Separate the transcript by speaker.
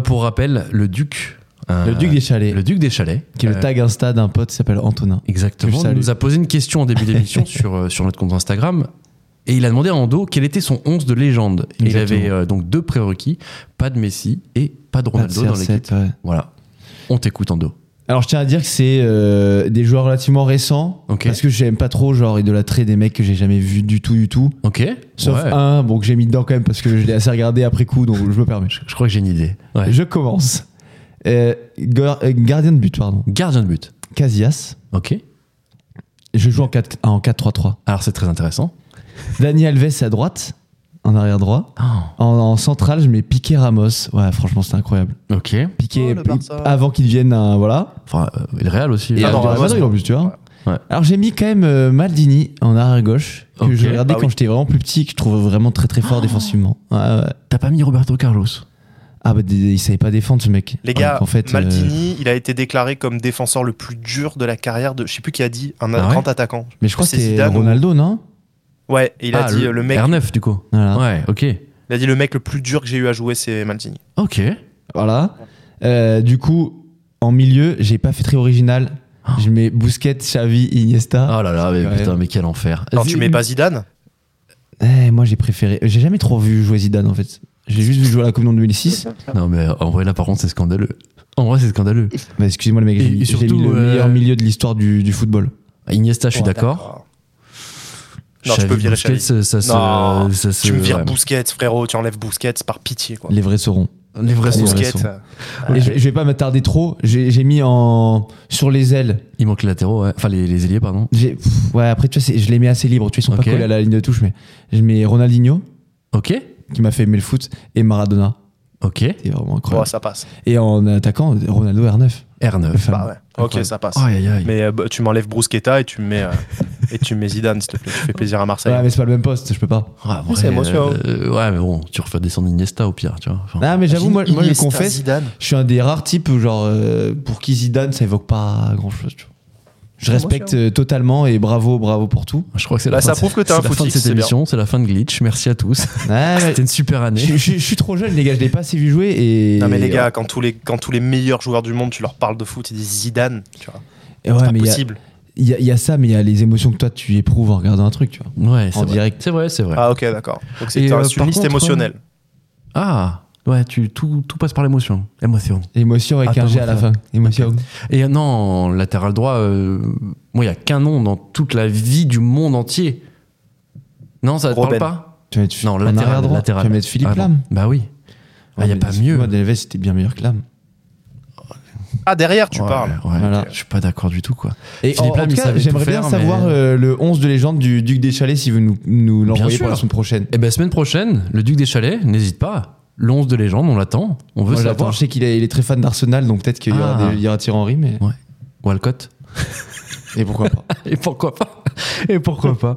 Speaker 1: pour rappel, le duc. euh,
Speaker 2: Le duc des Chalets,
Speaker 1: Le duc des Chalets.
Speaker 2: qui est le
Speaker 1: euh,
Speaker 2: tag Insta d'un pote qui s'appelle Antonin. que
Speaker 1: Exactement.
Speaker 2: je salue.
Speaker 1: nous a posé une question en début d'émission sur, euh, sur notre compte Instagram. Et il a demandé à Ando quel était son 11 de légende. Et il
Speaker 2: Exactement.
Speaker 1: avait euh, donc deux prérequis pas de Messi et pas de
Speaker 2: Pas de
Speaker 1: Ronaldo dans
Speaker 2: CR7,
Speaker 1: l'équipe.
Speaker 2: ouais.
Speaker 1: Voilà. On t'écoute, Ando.
Speaker 2: Alors je tiens à dire que c'est euh, des joueurs relativement récents,
Speaker 1: Ok.
Speaker 2: parce que j'aime pas trop genre idolâtrer des mecs que j'ai jamais vus du tout, du tout.
Speaker 1: Ok
Speaker 2: Sauf
Speaker 1: Ouais.
Speaker 2: un, bon que j'ai mis dedans quand même parce que je l'ai assez regardé après coup, donc je me permets.
Speaker 1: Je crois que j'ai une idée. Ouais.
Speaker 2: Je commence. Euh, gar- euh, gardien de but, pardon.
Speaker 1: Gardien de but.
Speaker 2: Casillas.
Speaker 1: Ok.
Speaker 2: Je joue en 4 en 4-3-3.
Speaker 1: Alors c'est très intéressant.
Speaker 2: Dani Alves à droite, en arrière droit.
Speaker 1: Oh.
Speaker 2: En, en centrale, je mets Piqué Ramos. Ouais, franchement, c'est incroyable.
Speaker 1: Ok.
Speaker 2: Piqué
Speaker 3: Oh, le Barça.
Speaker 2: avant qu'il devienne un voilà.
Speaker 1: Enfin, euh, le Real aussi.
Speaker 2: Et
Speaker 3: Ah
Speaker 1: euh,
Speaker 3: non,
Speaker 2: du Real
Speaker 3: Ramos,
Speaker 2: Madrid, en plus, tu vois.
Speaker 1: Ouais.
Speaker 2: Alors j'ai mis quand même euh, Maldini en arrière gauche que
Speaker 1: Ok.
Speaker 2: je regardais
Speaker 3: Ah
Speaker 2: quand
Speaker 3: oui. Ah.
Speaker 2: j'étais vraiment plus petit, que je trouvais vraiment très très fort défensivement. Ouais, ouais.
Speaker 1: T'as pas mis Roberto Carlos
Speaker 2: Ah bah des- des- il savait pas défendre ce mec.
Speaker 3: Les
Speaker 2: Alors
Speaker 3: gars,
Speaker 2: qu'en fait, euh,
Speaker 3: Maldini, il a été déclaré comme défenseur le plus dur de la carrière de, je sais plus qui a dit, un
Speaker 1: Ah ouais
Speaker 3: grand attaquant.
Speaker 2: mais je crois que
Speaker 3: c'est
Speaker 2: c'était
Speaker 3: Zidane ou-
Speaker 2: Ronaldo, non
Speaker 3: Ouais, et il a
Speaker 1: Ah,
Speaker 3: dit euh, le mec,
Speaker 1: R9 du coup.
Speaker 2: Voilà.
Speaker 1: Ouais, ok.
Speaker 3: il a dit le mec le plus dur que j'ai eu à jouer, c'est Maldini.
Speaker 1: Ok.
Speaker 2: Voilà. Euh, du coup, en milieu, j'ai pas fait très original.
Speaker 3: Ah.
Speaker 2: Je mets Busquets, Xavi, Iniesta.
Speaker 1: Oh là là, mais
Speaker 2: Ouais.
Speaker 1: putain, mais quel enfer.
Speaker 3: Alors
Speaker 1: Zi-
Speaker 3: tu mets pas Zidane Ah.
Speaker 2: Eh, moi, j'ai préféré. J'ai jamais trop vu jouer Zidane en fait. J'ai juste vu jouer à la Coupe du Monde 2006.
Speaker 1: Non, mais euh, en vrai, là, par contre, c'est scandaleux. En vrai, c'est scandaleux.
Speaker 2: Bah, Excusez-moi, le mec,
Speaker 1: Et-
Speaker 2: j'ai
Speaker 1: et
Speaker 2: mis j'ai
Speaker 1: surtout,
Speaker 2: mis le
Speaker 1: euh,
Speaker 2: meilleur milieu de l'histoire du, du football.
Speaker 1: Iniesta, je suis
Speaker 3: Ouais,
Speaker 1: d'accord.
Speaker 3: Non, tu peux
Speaker 1: Xavi
Speaker 3: virer
Speaker 1: Busquets,
Speaker 3: Xavi.
Speaker 1: ça, ça se-
Speaker 3: Non,
Speaker 1: ça se-
Speaker 3: Tu me vires
Speaker 1: ouais.
Speaker 3: Busquets, frérot, tu enlèves Busquets par pitié, quoi.
Speaker 2: Les vrais seront.
Speaker 1: Les vrais
Speaker 2: Busquets.
Speaker 1: sont.
Speaker 2: raison.
Speaker 3: Busquets, euh,
Speaker 2: Et je, je vais pas m'attarder trop. J'ai j'ai mis en sur les ailes.
Speaker 1: Il manque les latéraux, ouais. enfin les, les ailiers, pardon.
Speaker 2: J'ai- pff, Ouais, après, tu vois, c'est- je les mets assez libres. Tu vois, ils sont
Speaker 1: Ok.
Speaker 2: pas collés à la ligne de touche, mais je mets Ronaldinho
Speaker 1: Ok,
Speaker 2: qui m'a fait aimer le foot et Maradona.
Speaker 1: ok.
Speaker 2: C'est vraiment
Speaker 3: ouais,
Speaker 2: incroyable.
Speaker 3: ça passe.
Speaker 2: Et en attaquant, Ronaldo R9.
Speaker 1: R9.
Speaker 2: le fameux.
Speaker 3: Bah ouais. Ok,
Speaker 2: Incroyable.
Speaker 3: ça passe.
Speaker 1: Aïe, aïe, aïe.
Speaker 3: Mais euh, bah, tu m'enlèves Brusqueta et tu me mets euh, et tu me mets Zidane, s'il te plaît. Tu fais plaisir à Marseille.
Speaker 2: Ouais, mais c'est pas le même poste, je peux pas.
Speaker 1: Ah,
Speaker 3: c'est
Speaker 1: vrai,
Speaker 3: émotion. Bah,
Speaker 1: euh, ouais, mais bon, tu refais descendre Iniesta au pire, tu vois. Enfin,
Speaker 2: Ah, mais j'avoue, moi, moi, je
Speaker 3: Iniesta,
Speaker 2: confesse,
Speaker 3: Zidane.
Speaker 2: je suis un des rares types où, genre, euh, pour qui Zidane, ça évoque pas grand chose, tu vois. Je respecte euh, totalement et bravo, bravo pour tout.
Speaker 1: je crois que c'est
Speaker 3: Bah,
Speaker 1: la,
Speaker 3: ça
Speaker 1: fin,
Speaker 3: prouve que t'es
Speaker 1: c'est
Speaker 3: un
Speaker 1: la fin de
Speaker 3: footix,
Speaker 1: cette
Speaker 3: c'est bien.
Speaker 1: émission, c'est la fin de Glitch. Merci à tous.
Speaker 2: Ouais, mais
Speaker 1: C'était une super
Speaker 2: je,
Speaker 1: année.
Speaker 2: je- je suis trop jeune, les gars, je l'ai pas assez vu jouer et.
Speaker 3: Non mais les gars, quand tous les quand tous les meilleurs joueurs du monde, tu leur parles de foot, ils disent Zidane, tu vois.
Speaker 2: Et ouais,
Speaker 3: C'est
Speaker 2: mais il y a-
Speaker 3: impossible.
Speaker 2: il y, a- il y a ça, mais il y a les émotions que toi tu éprouves en regardant un truc, tu vois.
Speaker 1: Ouais, c'est
Speaker 2: En
Speaker 1: vrai.
Speaker 2: direct.
Speaker 1: C'est vrai, c'est vrai.
Speaker 3: Ah ok, d'accord. Donc
Speaker 1: Et,
Speaker 3: c'est
Speaker 1: euh,
Speaker 3: un
Speaker 1: par
Speaker 3: sumiste
Speaker 1: contre,
Speaker 3: émotionnel.
Speaker 2: hein.
Speaker 1: Ah, ouais, tu, tout, tout passe par l'émotion. Émotion.
Speaker 2: Émotion avec
Speaker 1: Attends,
Speaker 2: un G à la
Speaker 1: moi,
Speaker 2: fin. Émotion.
Speaker 1: Et non, en latéral droit, euh, moi, il n'y a qu'un nom dans toute la vie du monde entier. Non, ça ne parle
Speaker 3: Robben.
Speaker 1: pas
Speaker 2: Tu vas mettre
Speaker 1: Non,
Speaker 2: en
Speaker 1: latéral,
Speaker 2: arrière droit,
Speaker 1: latéral.
Speaker 2: Tu vas mettre Philippe
Speaker 1: Ah, bon.
Speaker 2: Lam.
Speaker 1: Bah oui. Ah, y a
Speaker 2: Ouais,
Speaker 1: pas
Speaker 2: mais
Speaker 1: mieux.
Speaker 2: excuse-moi, Delves, c'était bien meilleur que Lam.
Speaker 3: Ah derrière, tu
Speaker 1: Ouais,
Speaker 3: parles.
Speaker 1: ouais,
Speaker 2: Voilà.
Speaker 1: Je suis pas d'accord du tout, quoi.
Speaker 2: Et
Speaker 1: Philippe
Speaker 2: en, en
Speaker 1: Lam,
Speaker 2: tout
Speaker 1: il
Speaker 2: cas,
Speaker 1: savait tout
Speaker 2: j'aimerais bien
Speaker 1: faire, mais-
Speaker 2: savoir euh, le 11 de légende du Duc des Chalets si vous nous, nous l'envoyez pour
Speaker 1: sûr.
Speaker 2: la semaine prochaine.
Speaker 1: Eh ben, semaine prochaine, le Duc des Chalets, n'hésite pas. Le 11 de légende, on l'attend. On veut
Speaker 2: Moi, j'attends.
Speaker 1: savoir.
Speaker 2: Je sais qu'il est, il est très fan d'Arsenal, donc peut-être qu'il y aura,
Speaker 1: Ah.
Speaker 2: des- il y aura Thierry Henry, mais
Speaker 1: Walcott.
Speaker 2: et pourquoi pas.
Speaker 1: Et pourquoi pas Et pourquoi pas